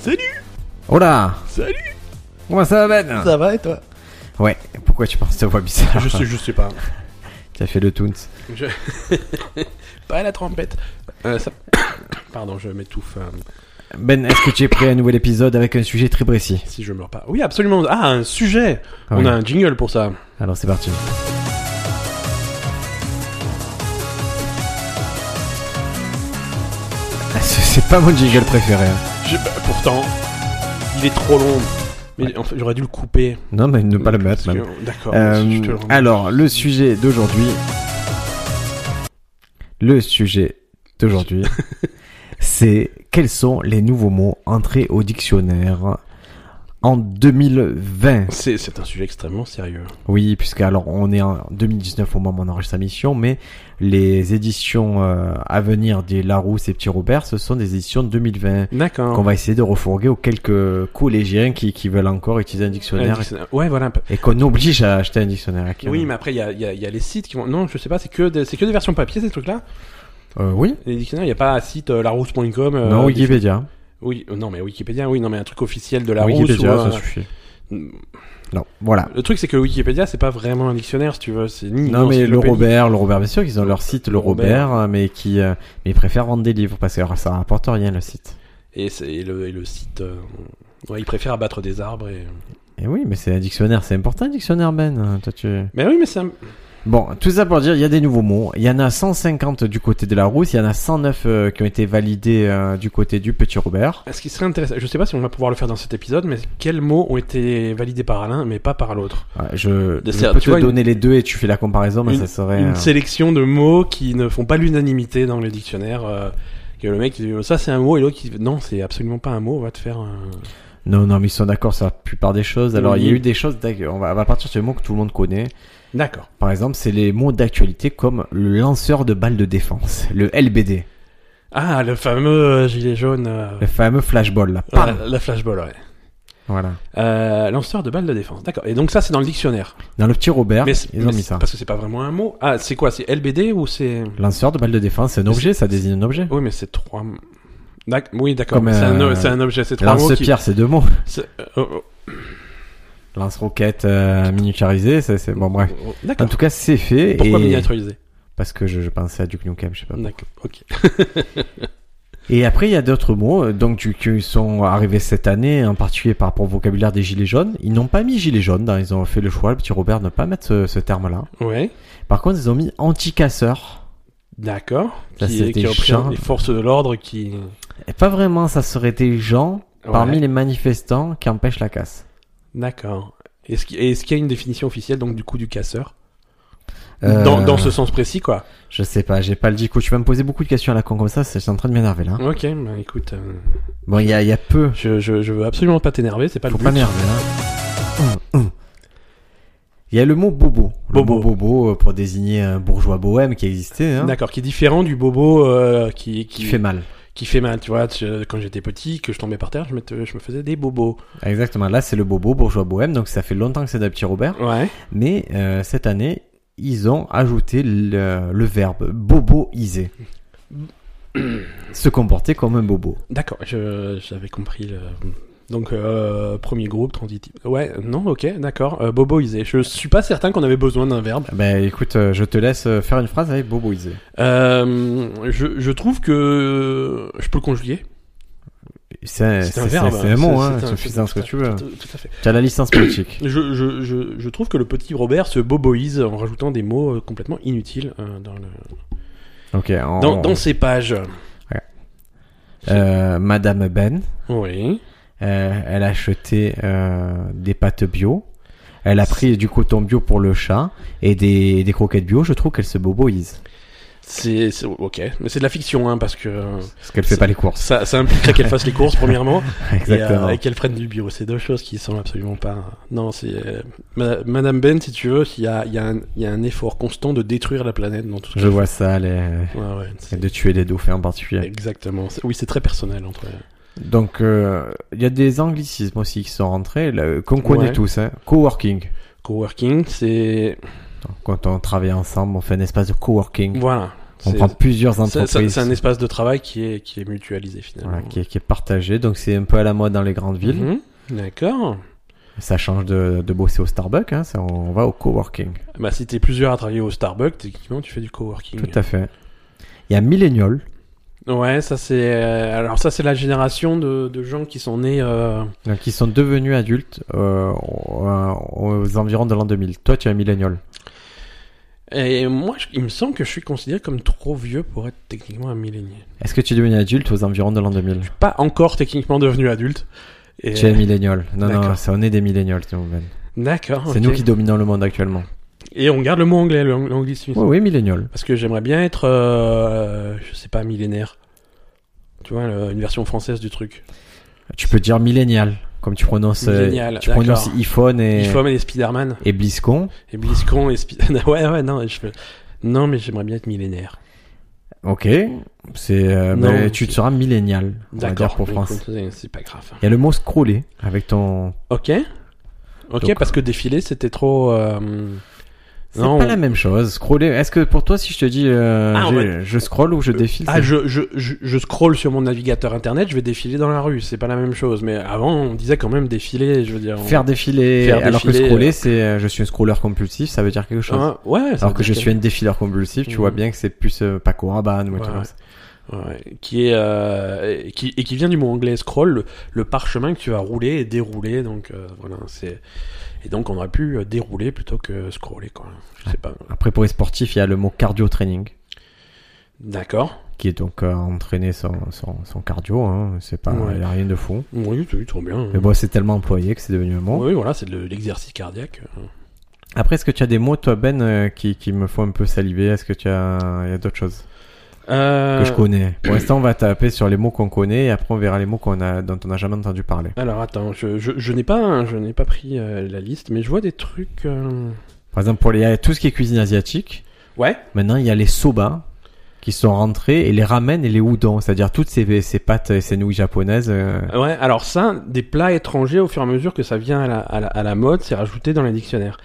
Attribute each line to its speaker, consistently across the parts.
Speaker 1: Salut
Speaker 2: Oh là
Speaker 1: Salut
Speaker 2: Comment ça va Ben
Speaker 1: Ça va et toi
Speaker 2: Ouais, pourquoi tu penses que ça voix bizarre
Speaker 1: je sais, je sais pas.
Speaker 2: T'as fait le Toons.
Speaker 1: Je- pas la trompette. Euh, ça- Pardon, je m'étouffe. euh,
Speaker 2: Ben, est-ce que tu es prêt à un nouvel épisode avec un sujet très précis
Speaker 1: si je meurs pas. Oui, absolument. Ah, un sujet
Speaker 2: Ah
Speaker 1: On
Speaker 2: oui.
Speaker 1: a un jingle pour ça.
Speaker 2: Alors c'est parti. Ah, ce- C'est pas mon jingle préféré. hein.
Speaker 1: Je- bah, pourtant, il est trop long. Mais en fait, j'aurais dû le couper.
Speaker 2: Non, mais ne pas le mettre
Speaker 1: Parce
Speaker 2: même.
Speaker 1: que- D'accord.
Speaker 2: Euh,
Speaker 1: je te le remets.
Speaker 2: alors, le sujet d'aujourd'hui. Le sujet d'aujourd'hui, c'est quels sont les nouveaux mots entrés au dictionnaire en 2020
Speaker 1: C'est c'est un sujet extrêmement sérieux.
Speaker 2: Oui, puisque alors on est en 2019 au moment où on enregistre la mission, mais les éditions euh, à venir des Larousse et Petit Robert, ce sont des éditions de 2020 qu'on
Speaker 1: D'accord.
Speaker 2: va essayer de refourguer aux quelques collégiens qui, qui veulent encore utiliser un
Speaker 1: Un
Speaker 2: dictionnaire
Speaker 1: dictionnaire. Ouais, voilà. un peu.
Speaker 2: et qu'on oblige à acheter un dictionnaire.
Speaker 1: Oui, mais après, il y a, il y a- il y a les sites qui vont. Non, je sais pas, c'est que, des- c'est que des versions papier, ces trucs-là.
Speaker 2: Euh, oui.
Speaker 1: Les dictionnaires, il n'y a pas un site euh, larousse.com. euh,
Speaker 2: non,
Speaker 1: des-
Speaker 2: Wikipédia.
Speaker 1: Oui, euh, non, mais Wikipédia, oui, non, mais un truc officiel de la
Speaker 2: Wikipédia, ça
Speaker 1: Rousse.
Speaker 2: suffit.
Speaker 1: ou, euh,
Speaker 2: Non, voilà.
Speaker 1: Le truc, c'est que Wikipédia, c'est pas vraiment un dictionnaire, si tu veux. C'est ni une
Speaker 2: Non mais le
Speaker 1: encyclopédie.
Speaker 2: Robert, le Robert, bien sûr qu'ils ont leur site, le Robert, mais qui, euh, mais ils préfèrent vendre des livres parce que alors, ça rapporte rien le site.
Speaker 1: Et, c'est- et le, et le site. euh, Ouais, il préfère abattre des arbres. Et...
Speaker 2: Et oui, mais c'est un dictionnaire, c'est important un dictionnaire Ben. hein, Toi tu.
Speaker 1: Mais oui, mais c'est un-
Speaker 2: Bon, tout ça pour dire, il y a des nouveaux mots. Il y en a 150 du côté de la Rousse, il y en a 109 euh, qui ont été validés euh, du côté du petit Robert.
Speaker 1: Ce qui serait intéressant, je sais pas si on va pouvoir le faire dans cet épisode, mais quels mots ont été validés par l'un, mais pas par l'autre
Speaker 2: Ouais, je
Speaker 1: De
Speaker 2: je
Speaker 1: ser-
Speaker 2: peux
Speaker 1: tu
Speaker 2: te
Speaker 1: vois, une-
Speaker 2: donner les deux et tu fais la comparaison, mais ça serait.
Speaker 1: Une
Speaker 2: euh,
Speaker 1: sélection de mots qui ne font pas l'unanimité dans le dictionnaire. euh, que le mec, qui dit, ça c'est un mot, et l'autre qui dit, non, c'est absolument pas un mot, on va te faire un.
Speaker 2: Non, non, mais ils sont d'accord sur la plupart des choses. Alors, il y a
Speaker 1: Oui.
Speaker 2: eu des choses. d'ac- On va, on va partir sur les mots que tout le monde connaît.
Speaker 1: D'accord.
Speaker 2: Par exemple, c'est les mots d'actualité comme le lanceur de balles de défense, le LBD,
Speaker 1: Ah, le fameux euh, gilet jaune. euh,
Speaker 2: le fameux flashball. Là. Pam
Speaker 1: ouais, la flashball, ouais.
Speaker 2: Voilà.
Speaker 1: Euh, lanceur de balles de défense. D'accord. Et donc ça, c'est dans le dictionnaire.
Speaker 2: Dans le petit Robert,
Speaker 1: c'est-
Speaker 2: Ah, ils ont mis
Speaker 1: c'est-
Speaker 2: ça.
Speaker 1: Parce que c'est pas vraiment un mot. Ah, c'est quoi C'est LBD ou c'est
Speaker 2: Lanceur de balles de défense, c'est un
Speaker 1: Mais
Speaker 2: objet, ça désigne un objet.
Speaker 1: Oui, mais c'est trois. D'ac- Oui, d'accord.
Speaker 2: Comme,
Speaker 1: C'est un,
Speaker 2: euh,
Speaker 1: c'est un objet. C'est trois mots. Qui...
Speaker 2: Lance-pierre, c'est deux mots.
Speaker 1: c'est- euh, euh,
Speaker 2: Lance-roquette euh, miniaturisé, c'est c'est- bon bref.
Speaker 1: euh,
Speaker 2: En
Speaker 1: D'accord.
Speaker 2: tout cas, c'est fait.
Speaker 1: Pourquoi
Speaker 2: et-
Speaker 1: miniaturiser
Speaker 2: Parce que je, je pensais à Duke Nukem, je sais pas.
Speaker 1: D'accord. Ok.
Speaker 2: Et après, il y a d'autres mots, euh, donc du- qui sont arrivés cette année, en particulier par rapport au vocabulaire des gilets jaunes. Ils n'ont pas mis gilets jaunes, hein, ils ont fait le choix, le petit Robert, de ne pas mettre ce, ce terme-là.
Speaker 1: Ouais.
Speaker 2: Par contre, ils ont mis anti-casseur.
Speaker 1: D'accord.
Speaker 2: Ça,
Speaker 1: Qui,
Speaker 2: c'était
Speaker 1: qui représente
Speaker 2: Charles.
Speaker 1: les forces de l'ordre qui.
Speaker 2: Et pas vraiment, ça serait des gens parmi
Speaker 1: Ouais.
Speaker 2: les manifestants qui empêchent la casse.
Speaker 1: D'accord. Est-ce qu'il est-ce qu'il y a une définition officielle donc du coup du casseur
Speaker 2: Euh,
Speaker 1: dans, dans ce sens précis quoi.
Speaker 2: Je sais pas, j'ai pas le dico. Tu vas me poser beaucoup de questions à la con comme ça, c'est- je suis en train de m'énerver là.
Speaker 1: Ok. Bah, écoute, euh,
Speaker 2: Bon, il y a, il y a peu.
Speaker 1: je, je je veux absolument pas t'énerver. C'est pas
Speaker 2: Faut
Speaker 1: le
Speaker 2: pas
Speaker 1: but.
Speaker 2: m'énerver là. Il y a le mot bobo. Le
Speaker 1: Bobo.
Speaker 2: mot bobo euh, pour désigner un bourgeois bohème qui existait, hein,
Speaker 1: D'accord, qui est différent du bobo euh, qui, qui,
Speaker 2: qui fait mal.
Speaker 1: qui fait mal. Tu vois, tu- quand j'étais petit, que je tombais par terre, je me, te- je me faisais des bobos.
Speaker 2: Exactement, là c'est le bobo bourgeois bohème, donc ça fait longtemps que c'est d'un petit Robert.
Speaker 1: Ouais.
Speaker 2: Mais euh, cette année, ils ont ajouté le, le verbe boboiser. Se comporter comme un bobo.
Speaker 1: D'accord, je- j'avais compris. le- Donc, euh, premier groupe, transitif. Ouais, non, ok, d'accord. Euh, boboisé. Je suis pas certain qu'on avait besoin d'un verbe.
Speaker 2: Ben écoute, euh, je te laisse euh, faire une phrase avec boboiser.
Speaker 1: Euh, je, je trouve que je peux le conjuguer.
Speaker 2: C'est un,
Speaker 1: C'est un
Speaker 2: Eh, c'est-
Speaker 1: verbe,
Speaker 2: c'est- c'est un mot,
Speaker 1: c'est-
Speaker 2: hein,
Speaker 1: c'est un-
Speaker 2: suffisant ce que tu veux.
Speaker 1: Tout, tout à fait.
Speaker 2: Tu as la licence politique.
Speaker 1: Je, je, je, je trouve que le petit Robert se boboise en rajoutant des mots euh, complètement inutiles euh, dans, le,
Speaker 2: Ok, on-
Speaker 1: dans, dans ses pages.
Speaker 2: euh, Madame Ben.
Speaker 1: Oui.
Speaker 2: Euh, elle a acheté euh, des pâtes bio. Elle a pris du coton bio pour le chat et des, des croquettes bio. Je trouve qu'elle se boboise.
Speaker 1: C'est c'est- ok, mais c'est de la fiction, hein, parce que euh,
Speaker 2: Parce qu'elle fait
Speaker 1: C'est-
Speaker 2: pas les courses.
Speaker 1: ça, ça implique qu'elle fasse les courses premièrement et, euh,
Speaker 2: Exactement.
Speaker 1: et, qu'elle prenne du bio. C'est deux choses qui sont absolument pas. Non, c'est euh, Ma- Madame Ben, si tu veux, il y a, il y, a un- il y a un effort constant de détruire la planète dans tout ce
Speaker 2: Je
Speaker 1: que
Speaker 2: vois ça, les...
Speaker 1: Ouais, ouais, c'est-
Speaker 2: de tuer les dauphins en particulier.
Speaker 1: Exactement. C'est- Oui, c'est très personnel entre.
Speaker 2: Donc, euh, il y a des anglicismes aussi qui sont rentrés, là, qu'on connaît
Speaker 1: Ouais.
Speaker 2: tous. Hein. Coworking.
Speaker 1: Coworking, c'est
Speaker 2: Quand on travaille ensemble, on fait un espace de coworking.
Speaker 1: voilà.
Speaker 2: comprend plusieurs
Speaker 1: C'est-
Speaker 2: entreprises.
Speaker 1: C'est c'est un espace de travail qui est, qui est mutualisé finalement.
Speaker 2: Voilà, qui, est, qui est partagé, donc c'est un peu à la mode dans les grandes villes.
Speaker 1: Mhm. D'accord.
Speaker 2: Ça change de, de bosser au Starbucks, hein, ça, on va au coworking.
Speaker 1: Bah, si t'es plusieurs à travailler au Starbucks, techniquement, tu fais du coworking.
Speaker 2: Tout à fait. Il y a Millennial.
Speaker 1: Ouais, ça c'est. euh, alors, ça c'est la génération de, de gens qui sont nés. euh,
Speaker 2: Donc, ils sont devenus adultes euh, aux, aux environs de l'an 2000. Toi, tu es un millénial.
Speaker 1: Et moi, je- il me semble que je suis considéré comme trop vieux pour être techniquement un millénial.
Speaker 2: Est-ce que tu es devenu adulte aux environs de l'an 2000
Speaker 1: Pas encore techniquement devenu adulte. Et...
Speaker 2: Tu es un millénial. Non, non,
Speaker 1: D'accord.
Speaker 2: ça, on est des millénials, nous, Ben.
Speaker 1: D'accord.
Speaker 2: C'est
Speaker 1: ok.
Speaker 2: nous qui dominons le monde actuellement.
Speaker 1: Et on garde le mot anglais, le- l'anglicisme.
Speaker 2: Oui, oui, millénial.
Speaker 1: Parce que j'aimerais bien être, euh, je sais pas, millénaire. Tu vois, le- une version française du truc.
Speaker 2: Tu peux dire millénial, comme tu prononces. euh,
Speaker 1: Millénial,
Speaker 2: tu prononces
Speaker 1: d'accord.
Speaker 2: iPhone et,
Speaker 1: IFOM et les Spider-Man.
Speaker 2: et BlizzCon.
Speaker 1: Et BlizzCon et Spi- ouais, ouais, non, je peux- Non, mais j'aimerais bien être millénaire.
Speaker 2: Ok. C'est. euh,
Speaker 1: Non,
Speaker 2: ben, tu
Speaker 1: c'est-
Speaker 2: seras millénial. on va
Speaker 1: D'accord.
Speaker 2: dire pour
Speaker 1: mais
Speaker 2: France.
Speaker 1: écoute, c'est- C'est pas grave.
Speaker 2: Il y a le mot scroller avec ton.
Speaker 1: Ok. Ok,
Speaker 2: Donc-
Speaker 1: parce que défiler, c'était trop. euh,
Speaker 2: C'est
Speaker 1: Non,
Speaker 2: pas
Speaker 1: on-
Speaker 2: la même chose. Scroller. Est-ce que pour toi, si je te dis euh,
Speaker 1: Ah, on
Speaker 2: j'ai- je scroll ou je défile,
Speaker 1: Ah,
Speaker 2: c'est-
Speaker 1: je, je, je, je scroll sur mon navigateur internet, je vais défiler dans la rue, c'est pas la même chose. Mais avant, on disait quand même défiler, je veux dire. on-
Speaker 2: faire défiler.
Speaker 1: Faire
Speaker 2: alors
Speaker 1: défiler,
Speaker 2: que scroller,
Speaker 1: euh,
Speaker 2: c'est euh, je suis un scroller compulsif, ça veut dire quelque chose.
Speaker 1: Ah, ouais, ça
Speaker 2: alors que je
Speaker 1: dit
Speaker 2: suis un défileur compulsif, tu vois
Speaker 1: Mhm.
Speaker 2: bien que c'est plus euh, Paco Rabanne ou
Speaker 1: Ouais,
Speaker 2: tout comme
Speaker 1: ouais.
Speaker 2: ça.
Speaker 1: Ouais, qui est euh, et qui, et qui vient du mot anglais scroll, le, le parchemin que tu vas rouler et dérouler. Donc euh, voilà, c'est et donc on aurait pu euh, dérouler plutôt que scroller quoi. Je sais pas.
Speaker 2: Après pour les sportifs, il y a le mot cardio training
Speaker 1: D'accord.
Speaker 2: qui est donc euh, entraîner son, son, son cardio. Hein. C'est pas,
Speaker 1: Ouais. Mhm.
Speaker 2: il y a rien de fou.
Speaker 1: Oui, oui, trop bien.
Speaker 2: Mais bon, c'est tellement employé que c'est devenu un mot.
Speaker 1: Oui, voilà, c'est de l'exercice cardiaque.
Speaker 2: Après, est-ce que tu as des mots, toi Ben, euh, qui, qui me font un peu saliver Est-ce que tu as, il y a d'autres choses
Speaker 1: Euh,
Speaker 2: que je connais. Pour l'instant, on va taper sur les mots qu'on connaît et après on verra les mots qu'on a, dont on n'a jamais entendu parler.
Speaker 1: Alors attends, je, je, je n'ai pas hein, je n'ai pas pris euh, la liste, mais je vois des trucs. euh,
Speaker 2: Par exemple, pour les, il y a tout ce qui est cuisine asiatique,
Speaker 1: Ouais.
Speaker 2: maintenant il y a les soba qui sont rentrés et les ramen et les udon, c'est-à-dire toutes ces, ces pâtes et ces nouilles japonaises. euh,
Speaker 1: Ouais. Alors ça, des plats étrangers au fur et à mesure que ça vient à la, à la, à la mode, c'est rajouté dans les dictionnaires.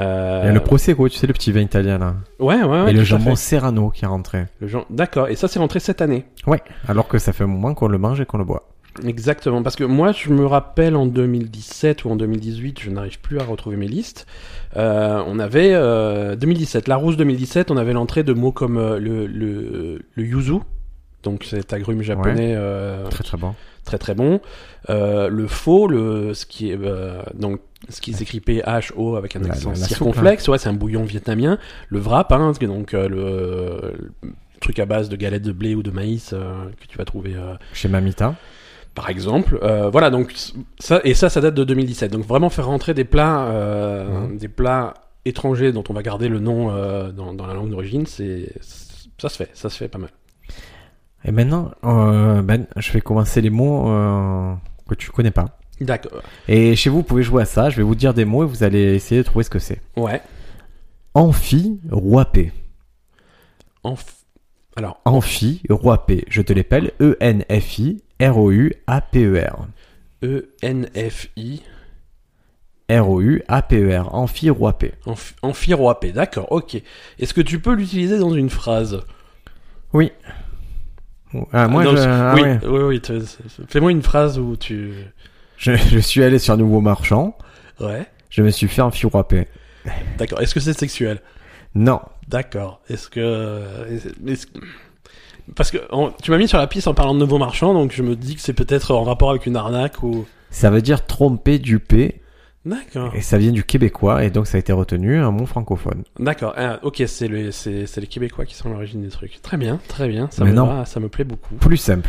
Speaker 1: Euh,
Speaker 2: Il y a le prosecco, tu sais, le petit vin italien là.
Speaker 1: Ouais, ouais, ouais.
Speaker 2: et
Speaker 1: tout
Speaker 2: le
Speaker 1: à
Speaker 2: jambon
Speaker 1: fait.
Speaker 2: serrano qui est rentré.
Speaker 1: Le genre- D'accord, et ça c'est rentré cette année.
Speaker 2: Ouais, alors que ça fait un moment qu'on le mange et qu'on le boit.
Speaker 1: Exactement, parce que moi je me rappelle en 2017 ou en 2018, je n'arrive plus à retrouver mes listes, euh, on avait euh, 2017, la rousse 2017, on avait l'entrée de mots comme euh, le, le, le yuzu, donc cet agrume japonais euh,
Speaker 2: Très très bon.
Speaker 1: très très bon, Euh, le faux, le, ce qui est euh, donc ce qui s'écrit P-H-O avec un
Speaker 2: La-
Speaker 1: accent
Speaker 2: la- la soupe, hein.
Speaker 1: circonflexe, ouais, c'est un bouillon vietnamien, le wrap, hein, parce que donc euh, le, le truc à base de galettes de blé ou de maïs euh, que tu vas trouver euh,
Speaker 2: Chez Mamita.
Speaker 1: par exemple. Euh, voilà, donc ça et ça, ça date de 2017. Donc vraiment faire rentrer des plats, euh, des plats étrangers dont on va garder le nom euh, dans, dans la langue d'origine, c'est ça se fait, ça se fait pas mal.
Speaker 2: Et maintenant, euh, Ben, je vais commencer les mots euh, que tu connais pas.
Speaker 1: D'accord.
Speaker 2: Et chez vous, vous pouvez jouer à ça. Je vais vous dire des mots et vous allez essayer de trouver ce que c'est.
Speaker 1: Ouais.
Speaker 2: Amphi, roapé.
Speaker 1: Enf- Alors,
Speaker 2: Amphi, roapé. Je te l'appelle E E-N-F-I, R-O-U-A-P-E-R.
Speaker 1: E N F I
Speaker 2: R-O-U-A-P-E-R. E Amphi, roapé.
Speaker 1: Amphiroapé, d'accord, ok. Est-ce que tu peux l'utiliser dans une phrase
Speaker 2: Ah, moi,
Speaker 1: Non,
Speaker 2: je,
Speaker 1: c'est-
Speaker 2: ah
Speaker 1: oui,
Speaker 2: ouais.
Speaker 1: oui, oui, te- c'est- c'est- Fais-moi une phrase où tu.
Speaker 2: je, je suis allé sur Nouveau Marchand.
Speaker 1: Ouais,
Speaker 2: Je me suis fait amphi, roapé.
Speaker 1: d'accord. Est-ce que c'est sexuel
Speaker 2: Non.
Speaker 1: D'accord. Est-ce que. est-ce- Parce que en- tu m'as mis sur la piste en parlant de nouveaux marchands, donc je me dis que c'est peut-être en rapport avec une arnaque ou.
Speaker 2: Ça veut dire tromper, duper.
Speaker 1: D'accord.
Speaker 2: Et ça vient du québécois. Et donc, ça a été retenu un mot francophone.
Speaker 1: D'accord. Ah, ok, c'est le- c'est c'est les Québécois qui sont à l'origine des trucs. Très bien, très bien. Ça
Speaker 2: Mais
Speaker 1: me
Speaker 2: non.
Speaker 1: va, ça me plaît beaucoup.
Speaker 2: Plus simple.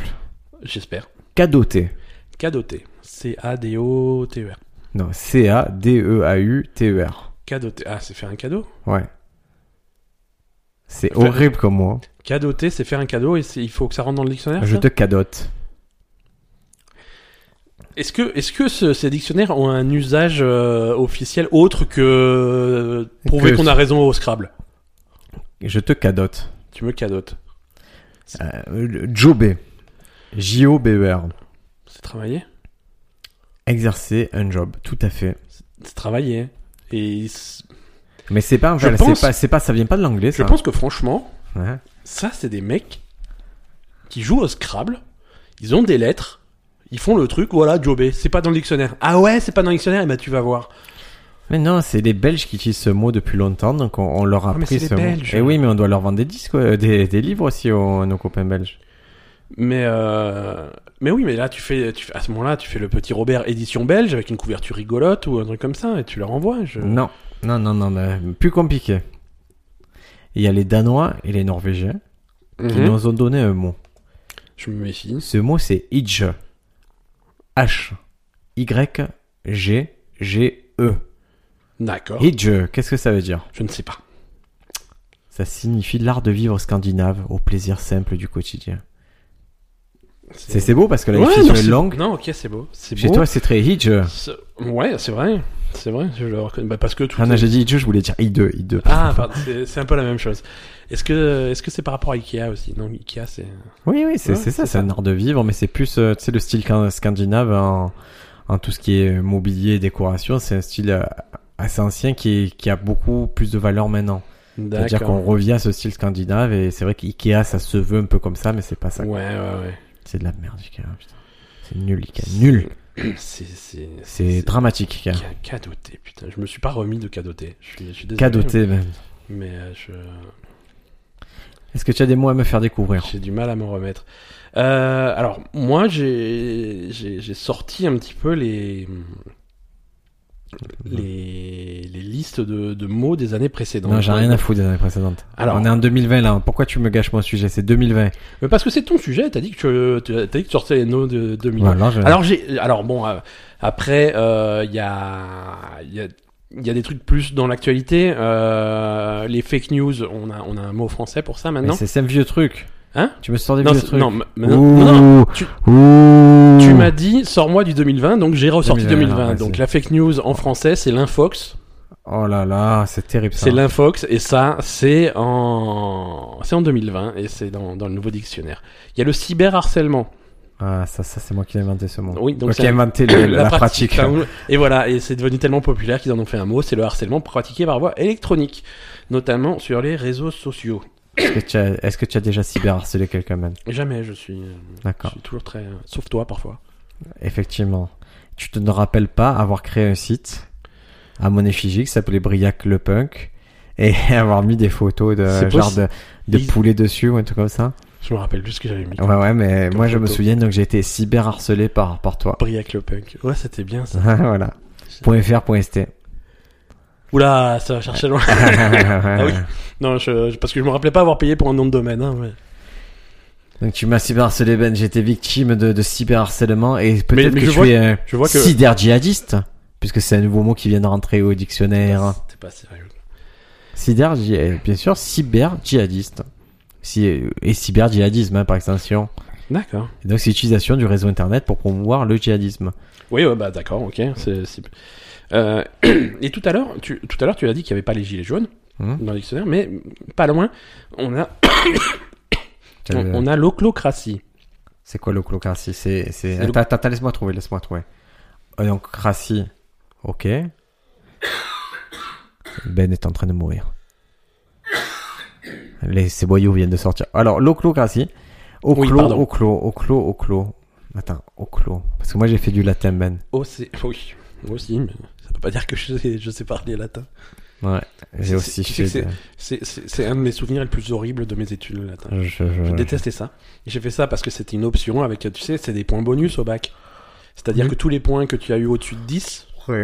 Speaker 1: J'espère.
Speaker 2: Cadoté.
Speaker 1: Cadoté. C-A-D-O-T-E-R.
Speaker 2: Non. E C-A-D-E-A-U-T-E-R.
Speaker 1: Cadoté. Ah, c'est faire un cadeau
Speaker 2: Ouais. C'est
Speaker 1: Fait-
Speaker 2: horrible comme moi.
Speaker 1: Cadoter, c'est faire un cadeau et c'est- il faut que ça rentre dans le dictionnaire.
Speaker 2: Ah, Je
Speaker 1: Ah, ça
Speaker 2: te cadote.
Speaker 1: Est-ce que, est-ce que ce- ces dictionnaires ont un usage euh, officiel autre que euh, prouver
Speaker 2: Que-
Speaker 1: qu'on a raison au Scrabble
Speaker 2: Je te cadote.
Speaker 1: Tu me cadotes.
Speaker 2: Euh, jobber. J-O-B-E-R.
Speaker 1: C'est travailler
Speaker 2: Exercer un job, tout à fait.
Speaker 1: C'est travailler. Et c-
Speaker 2: Mais c'est pas,
Speaker 1: Je
Speaker 2: voilà,
Speaker 1: pense-
Speaker 2: c'est pas, c'est pas, ça vient pas de l'anglais,
Speaker 1: je
Speaker 2: ça.
Speaker 1: pense que franchement,
Speaker 2: Ouais.
Speaker 1: Ça, c'est des mecs qui jouent au Scrabble, ils ont des lettres, ils font le truc, voilà, jobé, c'est pas dans le dictionnaire. Ah ouais, c'est pas dans le dictionnaire, et bah tu vas voir.
Speaker 2: Mais non, c'est les Belges qui utilisent ce mot depuis longtemps, donc on, on leur a
Speaker 1: Ah, mais
Speaker 2: pris
Speaker 1: c'est
Speaker 2: ce
Speaker 1: les
Speaker 2: mot.
Speaker 1: Belges.
Speaker 2: Et oui, mais on doit leur vendre des disques, ouais, des, des livres aussi aux, à nos copains belges.
Speaker 1: Mais, euh, mais oui, mais là, tu fais, tu fais- à ce moment-là, tu fais le petit Robert édition belge avec une couverture rigolote ou un truc comme ça, et tu leur envoies. je-
Speaker 2: Non, non, non, non, mais plus compliqué. Il y a les Danois et les Norvégiens qui
Speaker 1: Mhm.
Speaker 2: nous ont donné un mot.
Speaker 1: Je me méfie.
Speaker 2: Ce mot, c'est Ige. H. Y. G. G. E.
Speaker 1: D'accord.
Speaker 2: Ige, qu'est-ce que ça veut dire
Speaker 1: Je ne sais pas.
Speaker 2: Ça signifie l'art de vivre scandinave au plaisir simple du quotidien. C'est c'est beau parce que la
Speaker 1: Ouais,
Speaker 2: définition
Speaker 1: non,
Speaker 2: est
Speaker 1: c'est-
Speaker 2: longue.
Speaker 1: Non, ok, c'est beau. C'est
Speaker 2: Chez
Speaker 1: beau.
Speaker 2: toi, c'est très Ige.
Speaker 1: C'est- Ouais, c'est vrai. C'est vrai. Je le reconnais. Bah, parce que tout.
Speaker 2: Ah non,
Speaker 1: est-
Speaker 2: j'ai dit Ige, je voulais dire I2. I2
Speaker 1: Ah, pardon, c'est c'est un peu la même chose. Est-ce que est-ce que c'est par rapport à Ikea aussi Non, Ikea, c'est.
Speaker 2: Oui, oui, c'est
Speaker 1: Ouais,
Speaker 2: c'est ça,
Speaker 1: c'est
Speaker 2: c'est
Speaker 1: ça.
Speaker 2: un art de vivre, mais c'est plus euh, tu sais, le style can- scandinave en, en tout ce qui est mobilier, décoration. C'est un style euh, assez ancien qui, qui a beaucoup plus de valeur maintenant. C'est-à-dire qu'on
Speaker 1: D'accord.
Speaker 2: revient à ce style scandinave et c'est vrai qu'IKEA, ça se veut un peu comme ça, mais c'est pas ça.
Speaker 1: Ouais, ouais,
Speaker 2: C'est de la merde, Ikea. putain. C'est nul, Ikea. Nul.
Speaker 1: ouais. C'est c'est
Speaker 2: C'est dramatique, Ikea.
Speaker 1: ca- cadoté. Putain, je me suis pas remis de cadoté. Je suis, je suis désolé.
Speaker 2: Cadoté, même.
Speaker 1: Mais euh, je
Speaker 2: Est-ce que tu as des mots à me faire découvrir
Speaker 1: j'ai du mal à m'en remettre. Euh, alors moi, j'ai j'ai j'ai sorti un petit peu les
Speaker 2: Mm.
Speaker 1: les, les listes de, de mots des années précédentes.
Speaker 2: Non, j'ai rien à foutre des années précédentes.
Speaker 1: Alors-
Speaker 2: Alors, on est en 2020 là. Pourquoi tu me gâches mon sujet C'est 2020.
Speaker 1: Mais parce que c'est ton sujet, t'as dit que tu t'as dit que tu sortais les noms de 2000.
Speaker 2: Voilà, je-
Speaker 1: Alors j'ai, alors bon, euh, après euh, il y a, il y a- il y a des trucs plus dans l'actualité. Euh, les fake news, on a, on a un mot français pour ça
Speaker 2: Mais
Speaker 1: maintenant.
Speaker 2: C'est c'est un vieux truc.
Speaker 1: Ah Hein
Speaker 2: Tu me sors des
Speaker 1: Non,
Speaker 2: vieux
Speaker 1: c'est-
Speaker 2: trucs.
Speaker 1: non, m- mais
Speaker 2: Ouh,
Speaker 1: non, non, non. tu-
Speaker 2: Ouh.
Speaker 1: Tu m'as dit, sors-moi du 2020, donc j'ai ressorti
Speaker 2: 2020,
Speaker 1: 2020.
Speaker 2: ouais,
Speaker 1: donc
Speaker 2: c'est-
Speaker 1: la fake news en français, c'est l'infox.
Speaker 2: Oh là là, c'est terrible. ça.
Speaker 1: C'est l'infox, et ça, c'est en, c'est en 2020, et c'est dans, dans le nouveau dictionnaire. Il y a le cyberharcèlement.
Speaker 2: Ah, ça, ça c'est moi qui ai inventé ce mot.
Speaker 1: Oui, donc
Speaker 2: Moi
Speaker 1: c'est
Speaker 2: qui ai
Speaker 1: un-
Speaker 2: inventé le- la, pratique.
Speaker 1: Enfin, Et voilà, et c'est devenu tellement populaire qu'ils en ont fait un mot, c'est le harcèlement pratiqué par voie électronique, notamment sur les réseaux sociaux.
Speaker 2: Est-ce que tu as, est-ce que tu as déjà cyberharcelé quelqu'un, man
Speaker 1: Jamais, je suis, je
Speaker 2: D'accord.
Speaker 1: suis toujours très... Sauf toi, parfois.
Speaker 2: Effectivement. Tu te ne rappelles pas avoir créé un site à mon effigie qui s'appelait Briac le Punk et avoir mis des photos de
Speaker 1: C'est
Speaker 2: genre de,
Speaker 1: possible.
Speaker 2: de
Speaker 1: Ils-
Speaker 2: poulet dessus ou un truc comme ça.
Speaker 1: Je me rappelle juste ce que j'avais mis.
Speaker 2: Ouais, ouais, mais
Speaker 1: Comme
Speaker 2: moi je me
Speaker 1: photo.
Speaker 2: souviens donc j'ai été cyberharcelé par par toi.
Speaker 1: Briac le punk. Ouais, c'était bien ça.
Speaker 2: voilà. Point .fr, point .st.
Speaker 1: Oula, ça va chercher loin.
Speaker 2: ah
Speaker 1: oui. non, je, je- parce que je me rappelais pas avoir payé pour un nom de domaine. Hein, ouais.
Speaker 2: Donc tu m'as cyberharcelé Ben, j'étais victime de, de cyberharcèlement et peut-être
Speaker 1: mais
Speaker 2: que
Speaker 1: je
Speaker 2: je,
Speaker 1: vois-
Speaker 2: suis un
Speaker 1: je vois que-
Speaker 2: cyber-djihadiste, puisque c'est un nouveau mot qui vient de rentrer au dictionnaire.
Speaker 1: C'était pas sérieux.
Speaker 2: cyber bien sûr, cyber-djihadiste. Si- euh, Et cyber-djihadisme hein, par extension.
Speaker 1: D'accord.
Speaker 2: Et donc c'est l'utilisation du réseau internet pour promouvoir le djihadisme.
Speaker 1: Oui, ouais, bah d'accord, ok. c'est- c'est- Euh, et tout à l'heure, tu, tout à l'heure, tu as dit qu'il n'y avait pas les gilets jaunes
Speaker 2: Mhm.
Speaker 1: dans le dictionnaire, mais pas loin, on a, on,
Speaker 2: Euh,
Speaker 1: on a l'oclocratie.
Speaker 2: C'est quoi l'oclocratie C'est c'est
Speaker 1: C'est le-
Speaker 2: attends, attends, attends, laisse-moi trouver, laisse-moi trouver. Oclocratie. OK. Ben est en train de mourir. Les ces boyaux viennent de sortir. Alors l'oclocratie. Oclo,
Speaker 1: Oui, pardon.
Speaker 2: oclo, oclo, oclo. Attends, oclo. Parce que moi j'ai fait du latin, Ben.
Speaker 1: Oh, c'est... Oui, moi aussi, mais ça veut pas dire que je sais, je sais parler latin.
Speaker 2: Ouais. J'ai
Speaker 1: C'est-
Speaker 2: aussi
Speaker 1: tu sais que
Speaker 2: fait. de-
Speaker 1: C'est, c'est, c'est un de mes souvenirs les plus horribles de mes études, le latin.
Speaker 2: Je, je-
Speaker 1: Je détestais ça. Et J'ai fait ça parce que c'était une option avec, tu sais, c'est des points bonus au bac. C'est-à-dire
Speaker 2: Mhm.
Speaker 1: que tous les points que tu as eu au-dessus de 10,
Speaker 2: Ouais.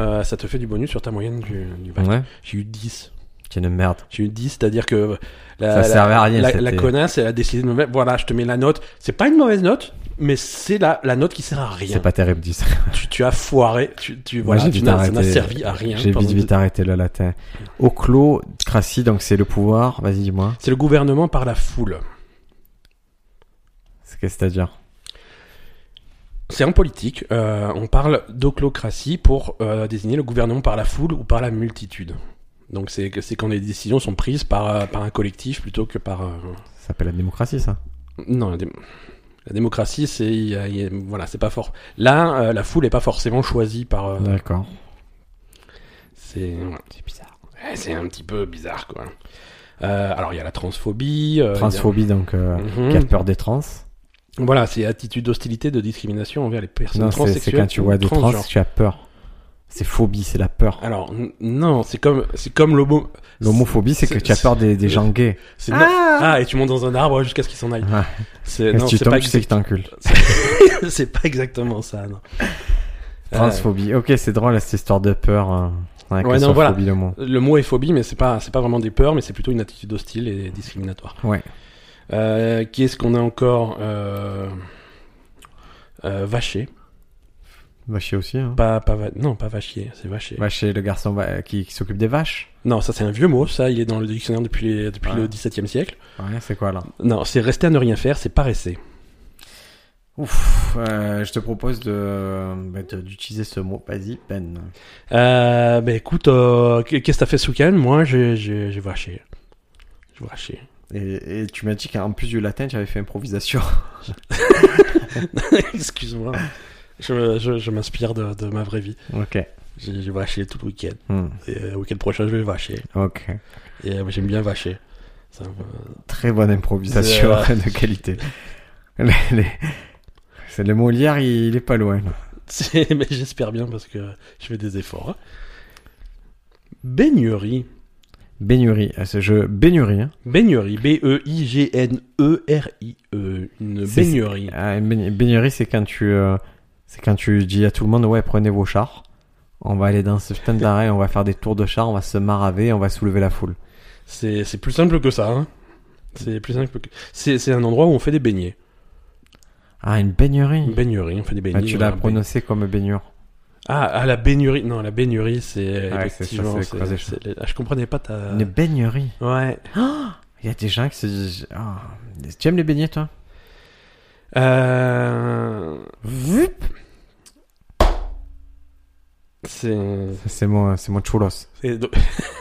Speaker 1: euh, ça te fait du bonus sur ta moyenne du, du bac.
Speaker 2: Ouais.
Speaker 1: J'ai eu 10.
Speaker 2: T'es une merde.
Speaker 1: J'ai eu 10, c'est-à-dire que la,
Speaker 2: Ça
Speaker 1: la-
Speaker 2: servait à rien,
Speaker 1: la,
Speaker 2: c'était-
Speaker 1: la connasse, elle a décidé de me mettre, voilà, je te mets la note. C'est pas une mauvaise note, mais c'est la, la note qui sert à rien.
Speaker 2: C'est pas terrible, dis ça.
Speaker 1: Tu, tu as foiré, tu, tu,
Speaker 2: Moi,
Speaker 1: voilà,
Speaker 2: j'ai
Speaker 1: tu
Speaker 2: vite
Speaker 1: n'as- ça n'a
Speaker 2: arrêté.
Speaker 1: servi à rien.
Speaker 2: J'ai
Speaker 1: pendant
Speaker 2: vite, vite
Speaker 1: deux-
Speaker 2: arrêté le latin. Oclocratie, donc c'est le pouvoir. Vas-y, dis-moi.
Speaker 1: C'est le gouvernement par la foule.
Speaker 2: C'est qu'est-ce que c'est-à-dire
Speaker 1: C'est en politique, euh, on parle d'oclocratie pour euh, désigner le gouvernement par la foule ou par la multitude. Donc c'est que- c'est quand les décisions sont prises par, euh, par un collectif plutôt que par... euh,
Speaker 2: Ça s'appelle la démocratie, ça.
Speaker 1: Non, la, dé- la démocratie, c'est... il y a- il y a- Voilà, c'est pas fort. Là, euh, la foule n'est pas forcément choisie par... euh,
Speaker 2: D'accord.
Speaker 1: Eh, C'est ouais, c'est bizarre. Ouais, c'est un petit peu bizarre, quoi. Euh, alors il y a la transphobie. euh, il y a-
Speaker 2: Transphobie, donc, euh,
Speaker 1: Mhm.
Speaker 2: qui a peur des trans.
Speaker 1: Voilà, c'est attitude d'hostilité, de discrimination envers les personnes
Speaker 2: Non, c'est- c'est
Speaker 1: transsexuelles.
Speaker 2: quand tu vois
Speaker 1: ou
Speaker 2: des trans,
Speaker 1: transgenres.
Speaker 2: tu as peur. C'est phobie, c'est la peur.
Speaker 1: Alors n- non, c'est comme c'est comme l'homo.
Speaker 2: L'homophobie, c'est que
Speaker 1: c'est-
Speaker 2: tu as peur des, des gens gays.
Speaker 1: c'est- non. Ah et tu montes dans un arbre jusqu'à ce qu'il s'en aille.
Speaker 2: Ah.
Speaker 1: C'est
Speaker 2: Et si
Speaker 1: non,
Speaker 2: tu
Speaker 1: c'est
Speaker 2: tombes,
Speaker 1: pas
Speaker 2: tu sais que t'encules.
Speaker 1: exact- c'est pas exactement ça. Non. Euh,
Speaker 2: Transphobie. Ok, c'est drôle, cette histoire de peur. euh, avec
Speaker 1: Ouais,
Speaker 2: la
Speaker 1: non, voilà.
Speaker 2: sophobie, le mot.
Speaker 1: Euh, le mot est phobie, mais c'est pas c'est pas vraiment des peurs, mais c'est plutôt une attitude hostile et discriminatoire.
Speaker 2: Ouais.
Speaker 1: Euh, qui est-ce qu'on a encore euh... euh, Vaché.
Speaker 2: Vacher aussi. Hein.
Speaker 1: Pas pas va- non pas vachier, c'est vaché.
Speaker 2: Vacher, le garçon va- qui, qui s'occupe des vaches.
Speaker 1: Non, ça c'est un vieux mot, ça il est dans le dictionnaire depuis les- depuis
Speaker 2: Ouais.
Speaker 1: le XVIIe siècle.
Speaker 2: Ouais, c'est quoi là
Speaker 1: Non, c'est rester à ne rien faire, c'est pas rester.
Speaker 2: Ouf, euh, je te propose de bah, de- d'utiliser ce mot. Vas-y, Ben.
Speaker 1: Euh, ben écoute, euh, qu'est- qu'est-ce que t'as fait ce week-end Moi, j'ai, j'ai, j'ai vaché. J'ai vaché.
Speaker 2: Et, et tu m'as dit qu'en plus du latin, j'avais fait improvisation.
Speaker 1: Excuse-moi. Je, je, je m'inspire de, de ma vraie vie.
Speaker 2: ok.
Speaker 1: J'ai, j'ai vaché tout le week-end.
Speaker 2: Hmm,
Speaker 1: Et euh, le week-end prochain, je vais vacher.
Speaker 2: Ok.
Speaker 1: Et euh, j'aime bien vacher. Ça me-
Speaker 2: Très bonne improvisation
Speaker 1: Euh.
Speaker 2: de qualité. Les- les- C'est le Molière, il, il est pas loin. là.
Speaker 1: C'est- Mais j'espère bien parce que je fais des efforts. hein. Baignerie.
Speaker 2: Baignerie, euh, ce jeu baignerie. Hein.
Speaker 1: Baignerie. E B-E-I-G-N-E-R-I-E. E. Une
Speaker 2: C'est-
Speaker 1: baignerie.
Speaker 2: Ah, une baign- baignerie, c'est quand tu euh, c'est quand tu dis à tout le monde ouais prenez vos chars. On va aller dans ce putain d'arrêt, on va faire des tours de chars, on va se maraver, on va soulever la foule.
Speaker 1: C'est, c'est plus simple que ça. hein. C'est plus simple que. C'est, c'est un endroit où on fait des beignets.
Speaker 2: Ah une baignerie.
Speaker 1: Une baignerie, on fait des
Speaker 2: Ah,
Speaker 1: baigneries.
Speaker 2: tu
Speaker 1: dans
Speaker 2: l'as
Speaker 1: la
Speaker 2: prononcé comme baignure.
Speaker 1: baign- Ah, ah, la baignerie. Non, la baignerie, c'est.
Speaker 2: Ouais,
Speaker 1: effectivement.
Speaker 2: c'est ça, c'est
Speaker 1: c'est-
Speaker 2: croisé.
Speaker 1: c'est les- Ah, je comprenais pas ta.
Speaker 2: Une baignerie.
Speaker 1: Ouais.
Speaker 2: Il y a des gens qui se disent ah, tu aimes les beignets toi
Speaker 1: Euh... C'est.
Speaker 2: C'est mon c'est mon choulos.
Speaker 1: c'est do-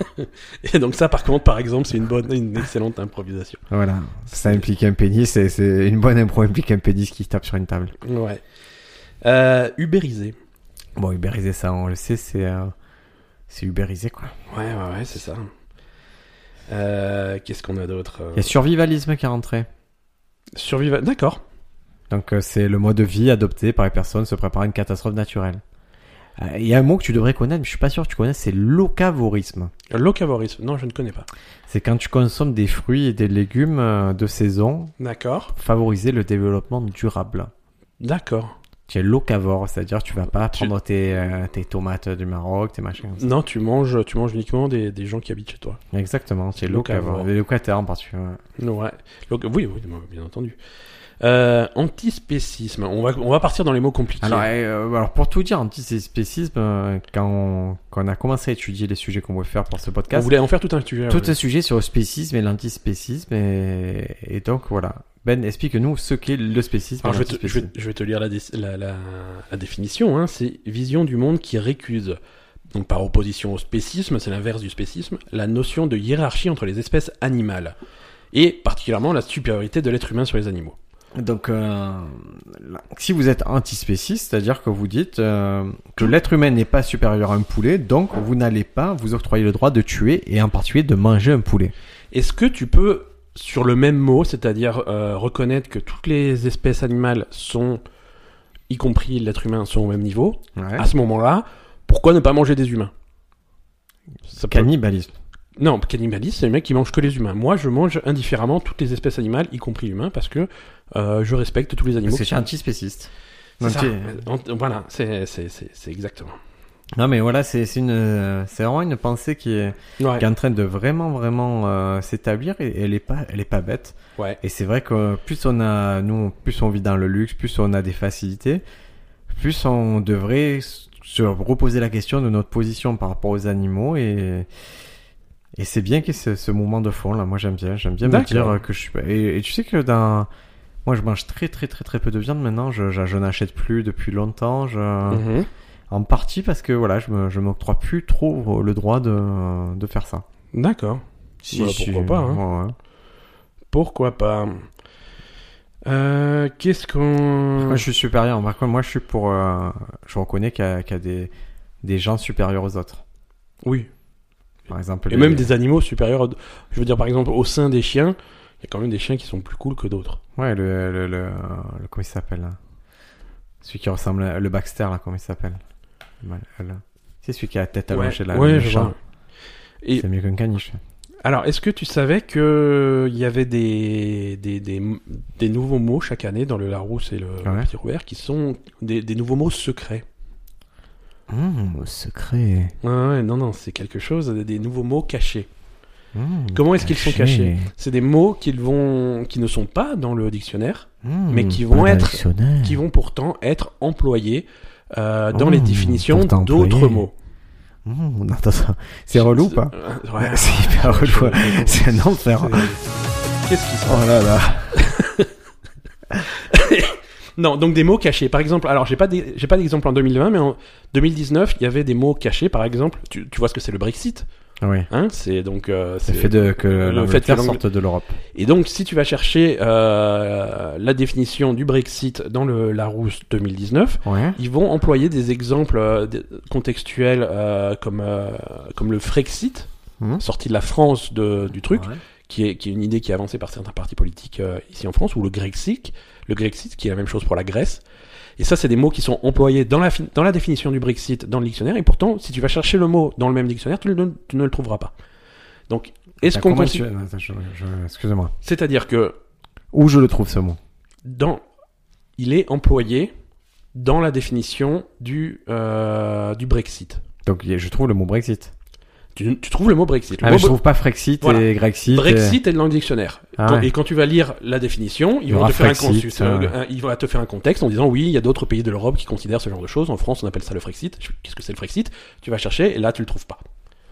Speaker 1: Et donc, ça, par contre, par exemple, c'est une bonne, une excellente improvisation.
Speaker 2: Voilà. Ça implique un pénis, c'est- c'est une bonne impro implique un pénis qui tape sur une table.
Speaker 1: Ouais. Euh, ubérisé.
Speaker 2: Bon, ubériser ça, on le sait, c'est euh, c'est ubériser quoi.
Speaker 1: Ouais, ouais, ouais, c'est ça. Euh, Qu'est-ce qu'on a d'autre euh,
Speaker 2: Il y a survivalisme qui est rentré.
Speaker 1: Survival. D'accord.
Speaker 2: Donc euh, c'est le mode de vie adopté par les personnes se préparant à une catastrophe naturelle. Euh, Il y a un mot que tu devrais connaître, mais je suis pas sûr que tu connais, c'est locavorisme.
Speaker 1: Locavorisme. Non, je ne connais pas.
Speaker 2: C'est quand tu consommes des fruits et des légumes euh, de saison,
Speaker 1: D'accord.
Speaker 2: favoriser le développement durable.
Speaker 1: D'accord.
Speaker 2: Tu es locavore, c'est-à-dire tu vas pas
Speaker 1: Tu-
Speaker 2: prendre tes, euh, tes tomates du Maroc, tes machins. comme ça.
Speaker 1: Non, tu manges, tu manges uniquement des, des gens qui habitent chez toi.
Speaker 2: Exactement, tu es
Speaker 1: Locavore.
Speaker 2: locavore. Les locataires en particulier. ouais.
Speaker 1: Ouais. Donc, oui, oui, moi, bien entendu. Euh, antispécisme. On va, on va partir dans les mots compliqués.
Speaker 2: Alors, euh, alors, pour tout dire, antispécisme, euh, quand, on, quand on a commencé à étudier les sujets qu'on voulait faire pour ce
Speaker 1: on
Speaker 2: podcast,
Speaker 1: voulait en faire tout un euh, sujet.
Speaker 2: tout
Speaker 1: ouais.
Speaker 2: un sujet sur le spécisme et l'antispécisme. Et, et donc, voilà. Ben, explique-nous ce qu'est le spécisme.
Speaker 1: Alors,
Speaker 2: et
Speaker 1: je, vais te, je,
Speaker 2: l'antispécisme.
Speaker 1: vais, je vais te lire la, dé- la, la- la définition. hein. C'est vision du monde qui récuse, donc par opposition au spécisme, c'est l'inverse du spécisme, la notion de hiérarchie entre les espèces animales et particulièrement la supériorité de l'être humain sur les animaux.
Speaker 2: Donc, euh, là, si vous êtes antispéciste, c'est-à-dire que vous dites euh, que l'être humain n'est pas supérieur à un poulet, donc vous n'allez pas vous octroyer le droit de tuer et en particulier de manger un poulet.
Speaker 1: Est-ce que tu peux, sur le même mot, c'est-à-dire euh, reconnaître que toutes les espèces animales sont, y compris l'être humain, sont au même niveau,
Speaker 2: Ah,
Speaker 1: à ce moment-là, pourquoi ne pas manger des humains Ça peut-
Speaker 2: Cannibalisme.
Speaker 1: Non, cannibaliste, c'est les mecs qui mangent que les humains. Moi, je mange indifféremment toutes les espèces animales, y compris l'humain, parce que euh, je respecte tous les animaux.
Speaker 2: C'est
Speaker 1: qui-
Speaker 2: antispéciste.
Speaker 1: C'est ça. Euh,
Speaker 2: Anti-
Speaker 1: En- Voilà, c'est c'est- c'est- c'est exactement.
Speaker 2: Non mais voilà, c'est c'est une, euh, c'est vraiment une pensée qui est,
Speaker 1: Ouais.
Speaker 2: qui est en train de vraiment vraiment euh, s'établir et elle est pas elle est pas bête.
Speaker 1: Ouais.
Speaker 2: Et c'est vrai que plus on a nous plus on vit dans le luxe, plus on a des facilités, plus on devrait s- se reposer la question de notre position par rapport aux animaux et et c'est bien qu'il y ait ce, ce mouvement de fond là. Moi j'aime bien, j'aime bien me
Speaker 1: D'accord.
Speaker 2: dire euh, que je suis pas- et, et tu sais que dans moi je mange très très très très peu de viande maintenant. Je je, je n'achète plus depuis longtemps. Je
Speaker 1: Mhm.
Speaker 2: en partie parce que voilà, je me, je m'octroie plus trop euh, le droit de, de faire ça.
Speaker 1: D'accord. Voilà, pourquoi pas, hein.
Speaker 2: Ouais, ouais.
Speaker 1: Pourquoi pas Euh, Qu'est-ce qu'on...
Speaker 2: Moi, je suis supérieur. Par contre, moi, je suis pour. euh, je reconnais qu'il y a, qu'il y a des, des gens supérieurs aux autres.
Speaker 1: Oui.
Speaker 2: Par exemple,
Speaker 1: Et même des animaux supérieurs, aux- je veux dire par exemple au sein des chiens, il y a quand même des chiens qui sont plus cool que d'autres.
Speaker 2: Ouais, le, le, le, le- Comment il s'appelle là Celui qui ressemble à. Le Baxter là, comment il s'appelle Ouais, là. C'est celui qui a la tête allongée là. le
Speaker 1: ouais, je
Speaker 2: chat.
Speaker 1: vois. Et-
Speaker 2: C'est mieux qu'un caniche.
Speaker 1: Alors, est-ce que tu savais que euh, il y avait des, des, des, des nouveaux mots chaque année dans le Larousse et le, le
Speaker 2: Ouais.
Speaker 1: Petit Robert qui sont des, des nouveaux mots secrets Mmh,
Speaker 2: Hum, secret.
Speaker 1: Ouais, ouais, Non, non, c'est quelque chose, des- des nouveaux mots cachés.
Speaker 2: Hum,
Speaker 1: Comment est-ce qu'ils sont
Speaker 2: caché.
Speaker 1: cachés C'est des mots qu'ils vont, qui ne sont pas dans le dictionnaire,
Speaker 2: Hum,
Speaker 1: Mais qui
Speaker 2: pas
Speaker 1: vont être-
Speaker 2: dictionnaire.
Speaker 1: qui vont pourtant être employés euh, dans
Speaker 2: Oh,
Speaker 1: les définitions
Speaker 2: pourtant
Speaker 1: d'autres
Speaker 2: employés.
Speaker 1: mots.
Speaker 2: Hum, attends, ça- C'est relou ou pas
Speaker 1: Euh, Ouais.
Speaker 2: C'est hyper relou.
Speaker 1: Je-
Speaker 2: C'est un enfer.
Speaker 1: C'est- Qu'est-ce qui se passe
Speaker 2: Oh là là.
Speaker 1: Non, donc des mots cachés. Par exemple, alors j'ai pas des- j'ai pas d'exemple en 2020, mais en 2019, il y avait des mots cachés. Par exemple, tu, tu vois ce que c'est le Brexit,
Speaker 2: Oui.
Speaker 1: hein C'est donc euh,
Speaker 2: C'est
Speaker 1: c'est-
Speaker 2: fait de, que
Speaker 1: le fait
Speaker 2: l'Angleterre
Speaker 1: que l'Ang-
Speaker 2: sorte de l'Europe.
Speaker 1: Et donc, si tu vas chercher euh, la définition du Brexit dans le Larousse 2019,
Speaker 2: Ouais.
Speaker 1: ils vont employer des exemples euh, des- contextuels euh, comme euh, comme le Frexit,
Speaker 2: Mhm.
Speaker 1: sorti de la France de- du truc.
Speaker 2: Ouais.
Speaker 1: qui est, qui est une idée qui est avancée par certains partis politiques euh, ici en France, ou le Grexit, le Grexit, qui est la même chose pour la Grèce. Et ça, c'est des mots qui sont employés dans la, fi- dans la définition du Brexit dans le dictionnaire, et pourtant, si tu vas chercher le mot dans le même dictionnaire, tu, le- tu ne le trouveras pas. Donc, est-ce qu'on
Speaker 2: Attends, Bah, comment
Speaker 1: considère...
Speaker 2: tu- attends, je- je- Excuse-moi.
Speaker 1: C'est-à-dire que
Speaker 2: Où je le trouve ce mot
Speaker 1: dans... il est employé dans la définition du, euh, du Brexit.
Speaker 2: Donc il y a- je trouve le mot Brexit.
Speaker 1: Tu, tu trouves le mot Brexit. Le
Speaker 2: Ah,
Speaker 1: mot
Speaker 2: mais je
Speaker 1: Bre-
Speaker 2: trouve pas Frexit
Speaker 1: Voilà.
Speaker 2: et Grexit. et-
Speaker 1: Brexit est dans le dictionnaire.
Speaker 2: Ah
Speaker 1: Quand-
Speaker 2: ouais.
Speaker 1: Et quand tu vas lire la définition,
Speaker 2: Il y
Speaker 1: ils vont
Speaker 2: aura
Speaker 1: te faire un
Speaker 2: Frexit,
Speaker 1: consensus,
Speaker 2: ouais.
Speaker 1: euh, un- ils vont te faire un contexte en disant oui, il y a d'autres pays de l'Europe qui considèrent ce genre de choses. En France, on appelle ça le Frexit. Je- Qu'est-ce que c'est le Frexit Tu vas chercher et là, tu le trouves pas.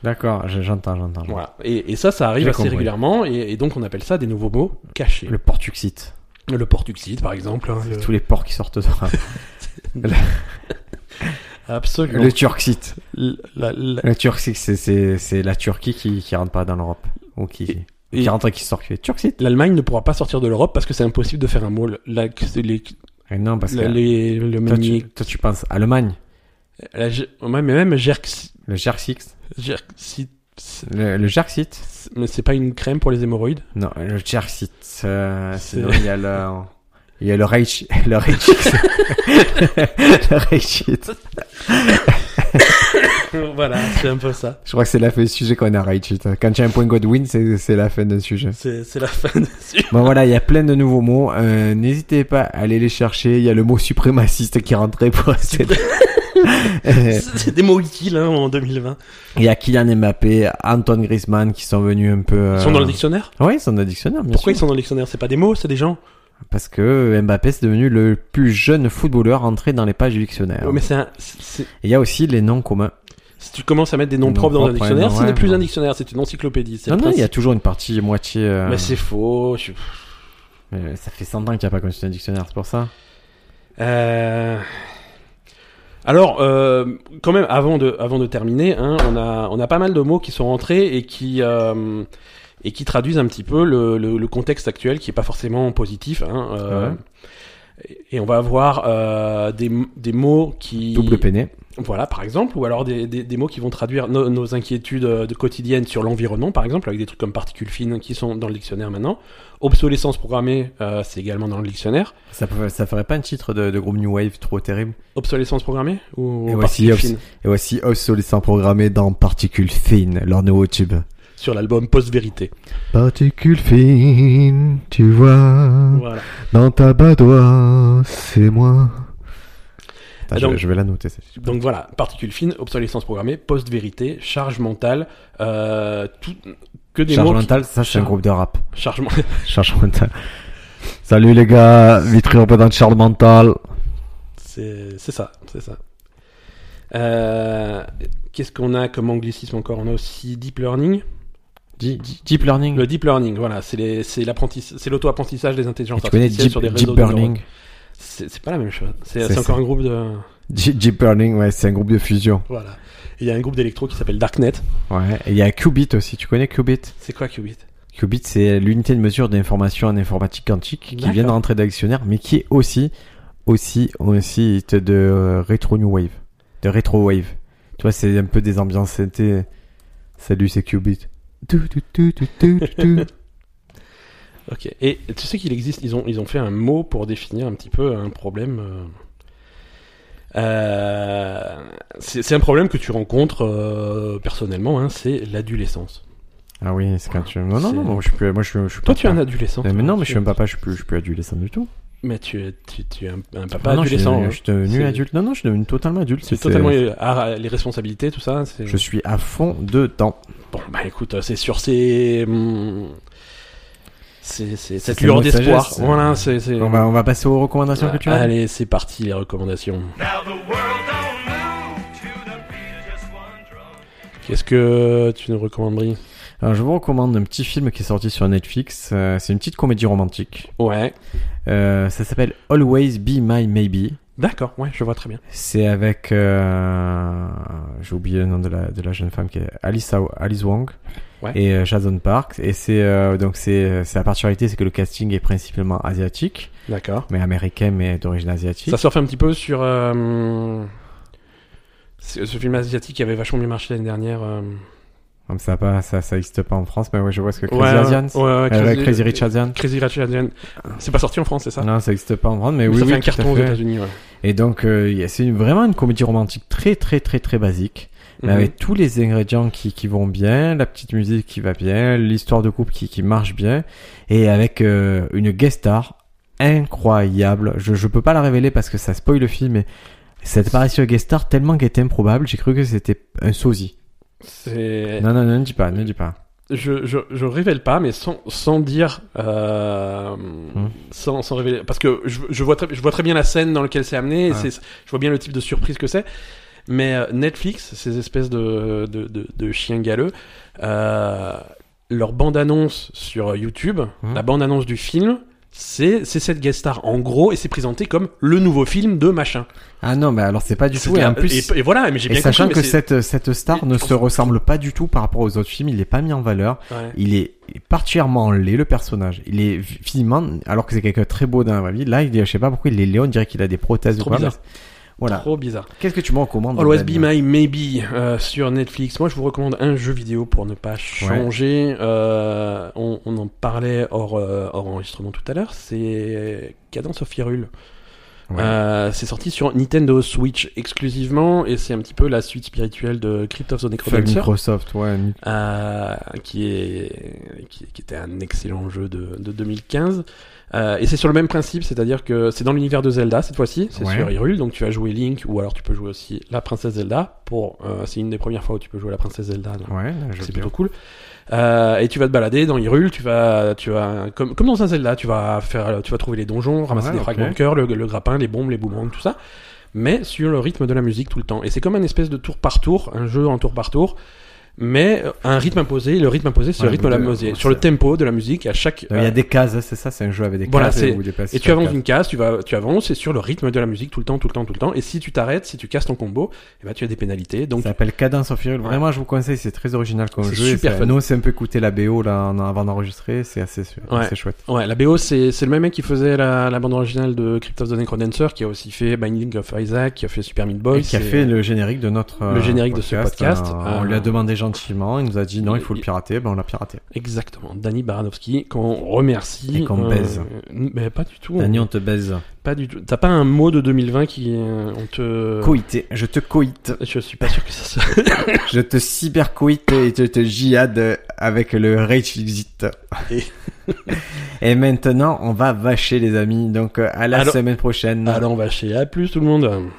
Speaker 2: D'accord, je- j'entends, j'entends. j'entends.
Speaker 1: Voilà. Et, et ça, ça arrive
Speaker 2: J'ai
Speaker 1: assez
Speaker 2: compris.
Speaker 1: régulièrement et, et donc on appelle ça des nouveaux mots cachés.
Speaker 2: Le Portuxit.
Speaker 1: Le, Portuxide, par exemple. hein,
Speaker 2: C'est
Speaker 1: le-
Speaker 2: Tous les porcs qui sortent de
Speaker 1: Absolument.
Speaker 2: Le Turxit.
Speaker 1: La- la-
Speaker 2: Le Turxit, c'est- c'est c'est la Turquie qui, qui rentre pas dans l'Europe. Ou qui,
Speaker 1: Et-
Speaker 2: qui rentre et qui sort. Qui est Turxit.
Speaker 1: L'Allemagne ne pourra pas sortir de l'Europe parce que c'est impossible de faire un mot. le- la- les-
Speaker 2: Et Eh non, parce que
Speaker 1: la- les- le
Speaker 2: toi,
Speaker 1: manier-
Speaker 2: tu, toi, tu penses Allemagne.
Speaker 1: la- je- ouais, mais même Gerx-
Speaker 2: Le Gerxit.
Speaker 1: Gerxit. c'est-
Speaker 2: Le, le Gerxit.
Speaker 1: Mais c'est pas une crème pour les hémorroïdes
Speaker 2: Non, le Gerxit. euh,
Speaker 1: C'est-
Speaker 2: sinon, il y a le... Il y a le Reich... Le Reichit. le Reichit.
Speaker 1: voilà, c'est un peu ça.
Speaker 2: Je crois que c'est la fin du sujet qu'on a, Raichit. Quand tu as un point Godwin, c'est c'est la fin du sujet.
Speaker 1: C'est c'est la fin de ce-
Speaker 2: Bon voilà, il y a plein de nouveaux mots. Euh, N'hésitez pas à aller les chercher. Il y a le mot suprémaciste qui rentrait pour cette... Euh,
Speaker 1: C'est des mots utiles hein, en 2020.
Speaker 2: Il y a Kylian Mbappé, Anton Griezmann qui sont venus un peu... euh,
Speaker 1: Ils sont dans le dictionnaire
Speaker 2: Oui, ils sont dans le dictionnaire, bien
Speaker 1: Pourquoi ils
Speaker 2: sûr.
Speaker 1: sont dans le dictionnaire C'est pas des mots, c'est des gens.
Speaker 2: Parce que Mbappé, c'est devenu le plus jeune footballeur entré dans les pages du dictionnaire.
Speaker 1: Ouais, mais c'est un- c'est- c'est-
Speaker 2: Et Il y a aussi les noms communs.
Speaker 1: si tu commences à mettre des noms
Speaker 2: Des noms
Speaker 1: propres dans un
Speaker 2: propres,
Speaker 1: dictionnaire,
Speaker 2: ouais,
Speaker 1: ce n'est
Speaker 2: ouais,
Speaker 1: plus
Speaker 2: ouais.
Speaker 1: un dictionnaire, c'est une encyclopédie. c'est
Speaker 2: Non,
Speaker 1: le
Speaker 2: non, il y a
Speaker 1: principe.
Speaker 2: toujours une partie moitié... euh,
Speaker 1: Mais c'est faux. je-
Speaker 2: euh, Ça fait 100 ans qu'il n'y a pas consulté un dictionnaire, c'est pour ça.
Speaker 1: Euh, Alors, euh, quand même, avant de, avant de terminer, hein, on, a, on a pas mal de mots qui sont rentrés et qui, euh, et qui traduisent un petit peu le, le- le contexte actuel qui est pas forcément positif. hein, euh,
Speaker 2: Ouais.
Speaker 1: et, et on va avoir euh, des, des mots qui...
Speaker 2: Double peiné.
Speaker 1: Voilà, par exemple, ou alors des, des, des mots qui vont traduire no- nos inquiétudes euh, de quotidiennes sur l'environnement, par exemple, avec des trucs comme particules fines qui sont dans le dictionnaire maintenant. Obsolescence programmée, euh, c'est également dans le dictionnaire.
Speaker 2: Ça, peut- ça ferait pas un titre de, de groupe New Wave trop terrible.
Speaker 1: Obsolescence programmée ou
Speaker 2: Et voici
Speaker 1: particules
Speaker 2: Obs-
Speaker 1: fines
Speaker 2: Et voici Obsolescent programmé dans Particules Fines, leur nouveau tube.
Speaker 1: sur l'album Post-Vérité.
Speaker 3: Particules fines, tu vois,
Speaker 1: Voilà.
Speaker 3: dans ta badoie, c'est moi.
Speaker 2: Putain,
Speaker 1: Donc-
Speaker 2: je, je vais la noter. celle-ci.
Speaker 1: Donc voilà, particules fines, obsolescence programmée, post-vérité, charge mentale, euh, tout, que des
Speaker 2: Charge
Speaker 1: mots. qui-
Speaker 2: mentale, ça c'est un
Speaker 1: Charge-
Speaker 2: groupe de rap.
Speaker 1: Charge mentale.
Speaker 2: Charge mentale.
Speaker 3: Salut les gars, Vitry représentant Charles Mental.
Speaker 1: C'est c'est ça, c'est ça. Euh, Qu'est-ce qu'on a comme anglicisme encore On a aussi deep learning.
Speaker 2: Di- di- Deep Learning.
Speaker 1: Le deep learning, voilà, c'est les- c'est l'apprentissage- c'est l'auto-apprentissage des intelligences
Speaker 2: tu connais
Speaker 1: artificielles
Speaker 2: Deep,
Speaker 1: sur des
Speaker 2: Deep
Speaker 1: réseaux de neurones.
Speaker 2: Learning
Speaker 1: C'est c'est pas la même chose. C'est
Speaker 2: C'est
Speaker 1: c'est encore
Speaker 2: ça.
Speaker 1: un groupe de
Speaker 2: Di- Deep Learning, ouais, c'est un groupe de fusion.
Speaker 1: voilà. Et Il y a un groupe d'électro qui s'appelle Darknet.
Speaker 2: Ouais. Et il y a Qubit aussi, tu connais Qubit
Speaker 1: C'est quoi Qubit
Speaker 2: Qubit, c'est l'unité de mesure d'information en informatique quantique qui
Speaker 1: D'accord.
Speaker 2: vient de rentrer dans le dictionnaire, mais qui est aussi, aussi, aussi de euh, rétro new wave, de rétro wave. Tu vois, c'est un peu des ambiances, c'était, Salut, c'est Qubit. Tout, tout, tout, tout, tout, tout.
Speaker 1: Ok. Et tu sais qu'il existe, ils ont, ils ont fait un mot pour définir un petit peu un problème. euh, euh, c'est c'est un problème que tu rencontres euh, personnellement, hein, c'est l'adolescence.
Speaker 2: Ah oui, c'est quand tu. Non, non,
Speaker 1: C'est-
Speaker 2: non, moi je suis plus. Moi, je, suis- je suis
Speaker 1: Toi,
Speaker 2: pas-
Speaker 1: tu es un adolescent.
Speaker 2: Euh, Mais
Speaker 1: toi,
Speaker 2: non, mais je
Speaker 1: tu-
Speaker 2: suis un papa, je suis plus, je suis plus adolescent du tout.
Speaker 1: Mais tu, es- tu, tu es un, un papa
Speaker 2: Ah non, je suis
Speaker 1: adolescent.
Speaker 2: devenu-
Speaker 1: hein.
Speaker 2: je suis devenu
Speaker 1: C'est-
Speaker 2: adulte. Non, non, je suis devenu totalement adulte.
Speaker 1: C'est totalement euh, ah, les responsabilités, tout ça. c'est-
Speaker 2: Je suis à fond dedans.
Speaker 1: Bon, bah écoute, euh, c'est sur ces. hum, C'est c'est cette
Speaker 2: ces
Speaker 1: lueur
Speaker 2: mots de
Speaker 1: d'espoir.
Speaker 2: sagesse, euh,
Speaker 1: Voilà, c'est. c'est-
Speaker 2: On va, on va passer aux recommandations que tu as.
Speaker 1: Allez, c'est parti, les recommandations.
Speaker 4: Now the world don't move to the beat of just one drum.
Speaker 1: Qu'est-ce que tu nous recommandes, Brie
Speaker 2: Alors, je vous recommande un petit film qui est sorti sur Netflix. Euh, c'est une petite comédie romantique.
Speaker 1: Ouais.
Speaker 2: Euh, ça s'appelle Always Be My Maybe.
Speaker 1: D'accord, ouais, je vois très bien.
Speaker 2: C'est avec, euh, j'ai oublié le nom de la, de la jeune femme qui est Alice, Hao- Alice Wong
Speaker 1: Ouais.
Speaker 2: et euh, Jason Parks. Et c'est euh, donc c'est c'est la particularité, c'est que le casting est principalement asiatique,
Speaker 1: D'accord.
Speaker 2: mais américain, mais d'origine asiatique.
Speaker 1: Ça surfe un petit peu sur. euh, ce ce film asiatique qui avait vachement bien marché l'année dernière. euh,
Speaker 2: Comme ça, pas ça, ça existe pas en France, mais ouais, je vois ce que Crazy
Speaker 1: ouais,
Speaker 2: Asians.
Speaker 1: ouais, ouais,
Speaker 2: Euh,
Speaker 1: Crazy,
Speaker 2: Crazy Rich Asian.
Speaker 1: Crazy Rich Asian. C'est pas sorti en France, c'est ça
Speaker 2: Non, ça existe pas en France, mais
Speaker 1: Ça
Speaker 2: oui,
Speaker 1: fait
Speaker 2: oui,
Speaker 1: un
Speaker 2: tout à
Speaker 1: carton aux
Speaker 2: fait.
Speaker 1: États-Unis, ouais.
Speaker 2: Et donc, euh, y a- c'est une- vraiment une comédie romantique très, très, très, très basique, mais
Speaker 1: Mhm.
Speaker 2: avec tous les ingrédients qui, qui vont bien, la petite musique qui va bien, l'histoire de couple qui, qui marche bien, et avec euh, une guest star incroyable. Je, je peux pas la révéler parce que ça spoil le film, mais cette apparition guest star tellement qu'elle était improbable, j'ai cru que c'était un sosie.
Speaker 1: C'est.
Speaker 2: Non, non, non, ne dis pas, ne dis pas.
Speaker 1: je, je, je révèle pas, mais sans, sans dire, euh,
Speaker 2: Hum.
Speaker 1: sans, sans révéler, parce que je, je vois très, je vois très bien la scène dans laquelle c'est amené, et
Speaker 2: Ah.
Speaker 1: c'est, je vois bien le type de surprise que c'est. Mais euh, Netflix, ces espèces de, de, de, de chiens galeux, euh, leur bande-annonce sur YouTube,
Speaker 2: Mhm.
Speaker 1: la bande-annonce du film, c'est c'est cette guest star en gros, et c'est présenté comme le nouveau film de machin.
Speaker 2: Ah non, mais alors c'est pas du
Speaker 1: C'est
Speaker 2: tout, et
Speaker 1: la-
Speaker 2: en plus...
Speaker 1: et, et voilà, mais j'ai
Speaker 2: Et
Speaker 1: bien
Speaker 2: sachant
Speaker 1: compris,
Speaker 2: que
Speaker 1: mais c'est-
Speaker 2: cette, cette star ne se ressemble pas du tout par rapport aux autres films, il est pas mis en valeur.
Speaker 1: ouais.
Speaker 2: Il est il est particulièrement laid, le personnage. Il est physiquement, alors que c'est quelqu'un de très beau dans la vraie vie, là, il est, je sais pas pourquoi il est laid, on dirait qu'il a des prothèses
Speaker 1: Trop
Speaker 2: ou quoi.
Speaker 1: bizarre.
Speaker 2: mais- Voilà.
Speaker 1: Trop bizarre.
Speaker 2: Qu'est-ce que tu me recommandes
Speaker 1: Always Be
Speaker 2: Daniel
Speaker 1: My Maybe euh, sur Netflix. Moi, je vous recommande un jeu vidéo pour ne pas changer. Euh, on, on en parlait hors, euh, hors enregistrement tout à l'heure. C'est Cadence of Hyrule.
Speaker 2: Ouais.
Speaker 1: Euh, c'est sorti sur Nintendo Switch exclusivement et c'est un petit peu la suite spirituelle de Crypt of the
Speaker 2: Fuck
Speaker 1: Necrodancer.
Speaker 2: Microsoft, ouais. ni-
Speaker 1: euh, qui, est, qui, qui était un excellent jeu de, de 2015. Euh, et c'est sur le même principe, c'est-à-dire que c'est dans l'univers de Zelda cette fois-ci, c'est
Speaker 2: Ouais.
Speaker 1: sur Hyrule, donc tu vas jouer Link ou alors tu peux jouer aussi la princesse Zelda. Pour, euh, c'est une des premières fois où tu peux jouer la princesse Zelda, donc
Speaker 2: Ouais, là, je
Speaker 1: c'est
Speaker 2: sais
Speaker 1: plutôt cool. Euh, et tu vas te balader dans Hyrule, tu vas, tu vas, comme, comme dans un Zelda, tu vas faire, tu vas trouver les donjons, ramasser
Speaker 2: Ouais,
Speaker 1: des
Speaker 2: ok.
Speaker 1: fragments de cœur, le, le grappin, les bombes, les boomerangs, tout ça. Mais sur le rythme de la musique tout le temps. Et c'est comme un espèce de tour par tour, un jeu en tour par tour, mais euh, un rythme imposé. Le rythme imposé, c'est
Speaker 2: Ouais,
Speaker 1: le rythme de la
Speaker 2: de-
Speaker 1: musique,
Speaker 2: ouais,
Speaker 1: sur le
Speaker 2: c'est-
Speaker 1: tempo de la musique à chaque.
Speaker 2: Il y a des cases, c'est ça, c'est un jeu avec des
Speaker 1: Voilà,
Speaker 2: cases.
Speaker 1: c'est-
Speaker 2: où vous déplacez
Speaker 1: Et tu
Speaker 2: sur les
Speaker 1: avances
Speaker 2: cases.
Speaker 1: une case, tu vas, tu avances, et sur le rythme de la musique tout le temps, tout le temps, tout le temps. Et si tu t'arrêtes, si tu casses ton combo, eh ben, tu as des pénalités. Donc,
Speaker 2: Ça s'appelle Cadence of Hyrule. Vraiment, je vous conseille, c'est très original comme
Speaker 1: C'est
Speaker 2: jeu. et
Speaker 1: super
Speaker 2: ça-
Speaker 1: fun.
Speaker 2: Nous, on s'est un peu écouté la BO là, en- avant d'enregistrer, c'est assez, c'est
Speaker 1: Ouais.
Speaker 2: assez chouette.
Speaker 1: Ouais, la BO, c'est c'est le même mec qui faisait la, la bande originale de Crypt of the Necrodancer, qui a aussi fait Binding of Isaac, qui a fait Super Meat Boy.
Speaker 2: Et qui a
Speaker 1: c'est- euh,
Speaker 2: fait le générique de notre euh,
Speaker 1: Le générique de ce podcast.
Speaker 2: Euh, on
Speaker 1: Euh,
Speaker 2: lui a demandé gentiment, il nous a dit non, il faut le
Speaker 1: il-
Speaker 2: pirater, ben on l'a piraté.
Speaker 1: Exactement, Danny Baranowski, qu'on remercie. euh,
Speaker 2: Et qu'on baise.
Speaker 1: Mais pas du tout.
Speaker 2: Dani, on te baise.
Speaker 1: Pas du tout. T'as pas un mot de 2020 qui... euh, on te...
Speaker 2: Coïté, je te coïte,
Speaker 1: Je suis pas sûr que ça se...
Speaker 2: je te cybercoïte et je te jihad avec le Rage Exit.
Speaker 1: Et-
Speaker 2: et maintenant, on va vacher les amis, donc euh, à la
Speaker 1: Alors-
Speaker 2: semaine prochaine.
Speaker 1: Allons, on va chez A+, tout le monde.